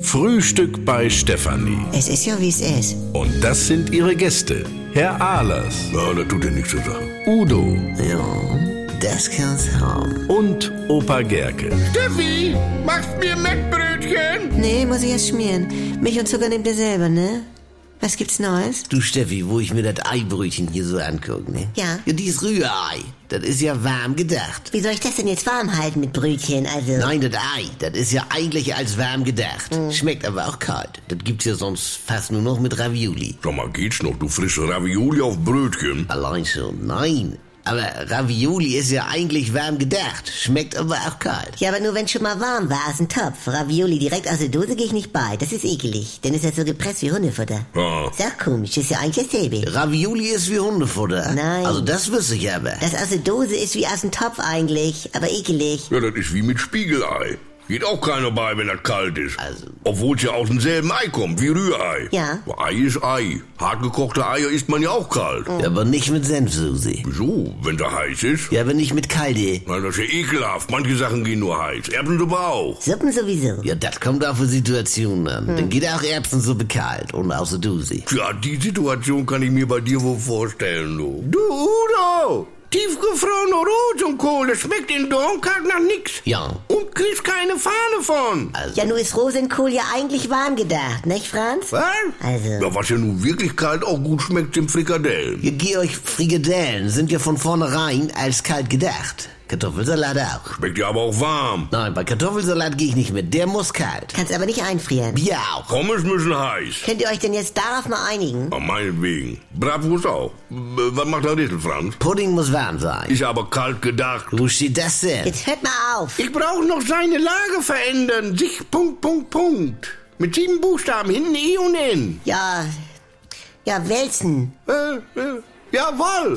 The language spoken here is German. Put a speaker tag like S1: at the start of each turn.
S1: Frühstück bei Stefanie.
S2: Es ist ja, wie es ist.
S1: Und das sind ihre Gäste. Herr Ahlers,
S3: Ja, das tut dir nichts zu sagen.
S1: Udo
S2: Ja, das kann's haben.
S1: und Opa Gerke.
S4: Steffi, machst mir Mettbrötchen?
S2: Nee, muss ich erst schmieren. Milch und Zucker nehmt ihr selber, ne? Was gibt's Neues?
S5: Du Steffi, wo ich mir das Eibrötchen hier so angucke, ne?
S2: Ja.
S5: Ja, dieses Rührei, das ist ja warm gedacht.
S2: Wie soll ich das denn jetzt warm halten mit Brötchen? Also,
S5: Nein, das Ei, das ist ja eigentlich als warm gedacht.
S2: Mhm.
S5: Schmeckt aber auch kalt. Das gibt's ja sonst fast nur noch mit Ravioli.
S3: Sag mal, geht's noch, du frische Ravioli auf Brötchen?
S5: Allein schon, nein. Aber Ravioli ist ja eigentlich warm gedacht. Schmeckt aber auch kalt.
S2: ja, aber nur wenn schon mal warm war aus dem Topf. Ravioli direkt aus der Dose gehe ich nicht bei. Das ist ekelig. Denn ist das so gepresst wie Hundefutter.
S3: Ja.
S2: Ist auch komisch, ist ja eigentlich dasselbe.
S5: Ravioli ist wie Hundefutter.
S2: Nein.
S5: Also das wüsste ich aber.
S2: Das aus der Dose ist wie aus dem Topf eigentlich, aber ekelig.
S3: Ja, das ist wie mit Spiegelei. Geht auch keiner bei, wenn das kalt ist.
S5: Also-
S3: Obwohl's ja aus demselben Ei kommt, wie Rührei.
S2: Ja.
S3: Aber Ei ist Ei. Hartgekochte Eier isst man ja auch kalt.
S5: aber nicht mit Senfsoße.
S3: Wieso, wenn der heiß ist?
S5: Ja, aber nicht mit Kalde.
S3: Na, das ist ja ekelhaft. Manche Sachen gehen nur heiß. Erbensuppe auch.
S2: Suppen sowieso.
S5: Ja, das kommt auf die Situation an. Dann geht auch Erbsensuppe kalt und aus der Dose.
S3: Tja, die Situation kann ich mir bei dir wohl vorstellen, du. Du, Udo! Tiefgefrorene Rosenkohl, das schmeckt in Dornkart nach nix.
S5: Ja,
S3: Und kriegst keine Fahne von.
S2: Ja, nur ist Rosenkohl ja eigentlich warm gedacht, nicht Franz?
S3: Was?
S2: Also,
S3: Ja, was ja nun wirklich kalt auch gut schmeckt, sind Frikadellen.
S5: ihr Georg, Frikadellen sind ja von vornherein als kalt gedacht. Kartoffelsalat auch.
S3: Schmeckt ja aber auch warm.
S5: Nein, bei Kartoffelsalat gehe ich nicht mit. Der muss kalt.
S2: kannst aber nicht einfrieren.
S5: Bier auch.
S3: Pommes müssen heiß.
S2: Könnt ihr euch denn jetzt darauf mal einigen?
S3: Aber meinetwegen. Bratwurst auch. B was macht der Rissel, Franz?
S5: Pudding muss warm sein.
S3: Ist aber kalt gedacht.
S5: Wo steht das denn?
S2: Jetzt hört mal auf.
S4: Ich brauche noch seine Lage verändern. Sich Punkt, Punkt, Punkt. Mit sieben Buchstaben, hinten I und N.
S2: Ja, ja, Wälzen.
S4: Äh, äh, jawohl.